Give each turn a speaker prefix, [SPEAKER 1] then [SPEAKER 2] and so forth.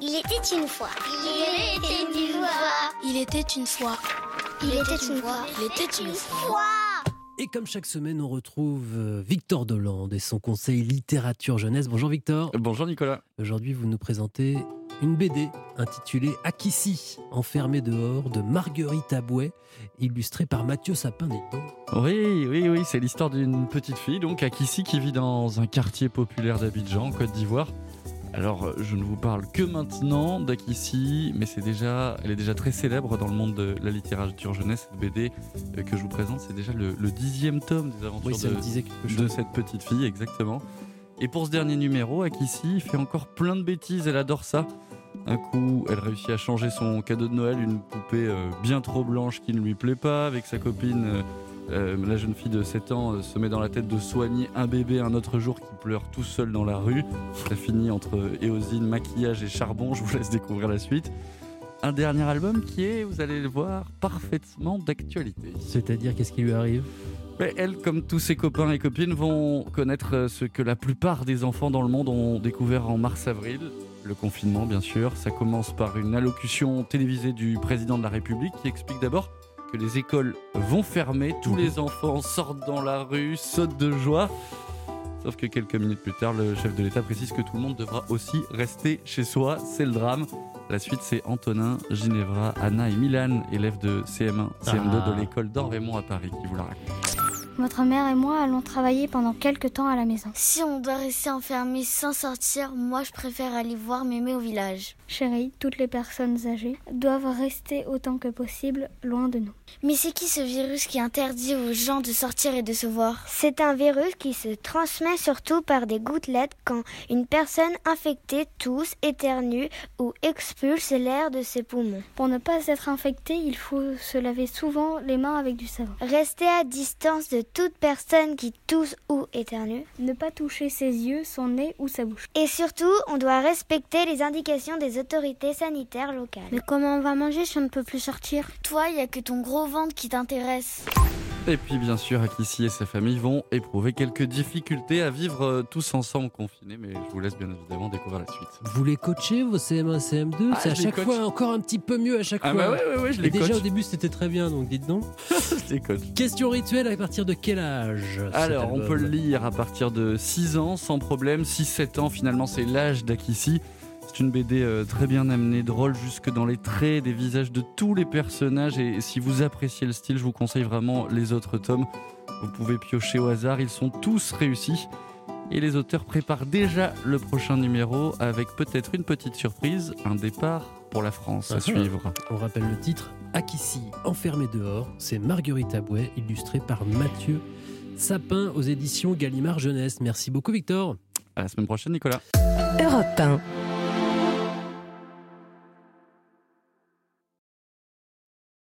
[SPEAKER 1] Il était une fois. Il était une fois.
[SPEAKER 2] Il était une fois.
[SPEAKER 1] Il était une fois.
[SPEAKER 2] Il était une fois.
[SPEAKER 3] Et comme chaque semaine, on retrouve euh, Victor Dolande et son conseil littérature jeunesse. Bonjour Victor.
[SPEAKER 4] Bonjour Nicolas.
[SPEAKER 3] Aujourd'hui, vous nous présentez une BD intitulée Akissi, enfermé dehors de Marguerite Abouet, illustrée par Mathieu Sapin des
[SPEAKER 4] Oui, oui, oui, c'est l'histoire d'une petite fille, donc Akissi, qui vit dans un quartier populaire d'Abidjan, en Côte d'Ivoire. Alors, je ne vous parle que maintenant d'Akissi, mais c'est déjà, elle est déjà très célèbre dans le monde de la littérature jeunesse. Cette BD euh, que je vous présente, c'est déjà le, le dixième tome des aventures
[SPEAKER 3] Oui, ça
[SPEAKER 4] de,
[SPEAKER 3] me disait quelque
[SPEAKER 4] de
[SPEAKER 3] chose.
[SPEAKER 4] cette petite fille, exactement. Et pour ce dernier numéro, Akissi fait encore plein de bêtises, elle adore ça. Un coup, elle réussit à changer son cadeau de Noël, une poupée euh, bien trop blanche qui ne lui plaît pas, avec sa copine. euh, euh, la jeune fille de 7 ans euh, se met dans la tête de soigner un bébé un autre jour qui pleure tout seul dans la rue. Ça finit entre éosine, maquillage et charbon. Je vous laisse découvrir la suite. Un dernier album qui est, vous allez le voir, parfaitement d'actualité.
[SPEAKER 3] C'est-à-dire, qu'est-ce qui lui arrive
[SPEAKER 4] Mais elle, comme tous ses copains et copines, vont connaître euh, ce que la plupart des enfants dans le monde ont découvert en mars-avril. Le confinement, bien sûr. Ça commence par une allocution télévisée du président de la République qui explique d'abord que les écoles vont fermer. Tous les enfants sortent dans la rue, sautent de joie. Sauf que quelques minutes plus tard, le chef de l'État précise que tout le monde devra aussi rester chez soi. C'est le drame. La suite, c'est Antonin, Ginevra, Anna et Milan, élèves de CM1, CM2
[SPEAKER 3] Ah.
[SPEAKER 4] de l'école d'Orvémont à Paris, qui vous la racontent.
[SPEAKER 5] Votre mère et moi allons travailler pendant quelques temps à la maison.
[SPEAKER 1] Si on doit rester enfermé sans sortir, moi je préfère aller voir mémé au village.
[SPEAKER 5] Chérie, toutes les personnes âgées doivent rester autant que possible loin de nous.
[SPEAKER 1] Mais c'est qui ce virus qui interdit aux gens de sortir et de se voir
[SPEAKER 5] C'est un virus qui se transmet surtout par des gouttelettes quand une personne infectée tousse, éternue ou expulse l'air de ses poumons. Pour ne pas être infecté, il faut se laver souvent les mains avec du savon. Rester à distance de toute personne qui tousse ou éternue. Ne pas toucher ses yeux, son nez ou sa bouche. Et surtout, on doit respecter les indications des autorités sanitaires locales. Mais comment on va manger si on ne peut plus sortir
[SPEAKER 1] Toi, y a que ton gros ventre qui t'intéresse.
[SPEAKER 4] Et puis bien sûr, Akissi et sa famille vont éprouver quelques difficultés à vivre euh, tous ensemble confinés, mais je vous laisse bien évidemment découvrir la suite.
[SPEAKER 3] Vous les coachez, vos CM1, CM2
[SPEAKER 4] Ah,
[SPEAKER 3] C'est à
[SPEAKER 4] je les
[SPEAKER 3] chaque
[SPEAKER 4] coach. Ah,
[SPEAKER 3] fois encore un petit peu mieux à chaque fois.
[SPEAKER 4] bah ouais, ouais, je
[SPEAKER 3] Et déjà au début c'était très bien, donc dites donc.
[SPEAKER 4] je les coach.
[SPEAKER 3] Question rituelle à partir de quel âge cet
[SPEAKER 4] Alors, on
[SPEAKER 3] album
[SPEAKER 4] peut le lire à partir de 6 ans sans problème, 6-7 ans finalement, c'est l'âge d'Akissi. C'est une BD euh, très bien amenée, drôle jusque dans les traits des visages de tous les personnages. Et si vous appréciez le style, je vous conseille vraiment les autres tomes. Vous pouvez piocher au hasard, ils sont tous réussis. Et les auteurs préparent déjà le prochain numéro avec peut-être une petite surprise, un départ pour la France
[SPEAKER 3] Ah,
[SPEAKER 4] à suivre.
[SPEAKER 3] On rappelle le titre Akissi, enfermé dehors. C'est Marguerite Abouet, illustrée par Mathieu Sapin aux éditions Gallimard Jeunesse. Merci beaucoup, Victor.
[SPEAKER 4] À la semaine prochaine, Nicolas.
[SPEAKER 6] Europe 1.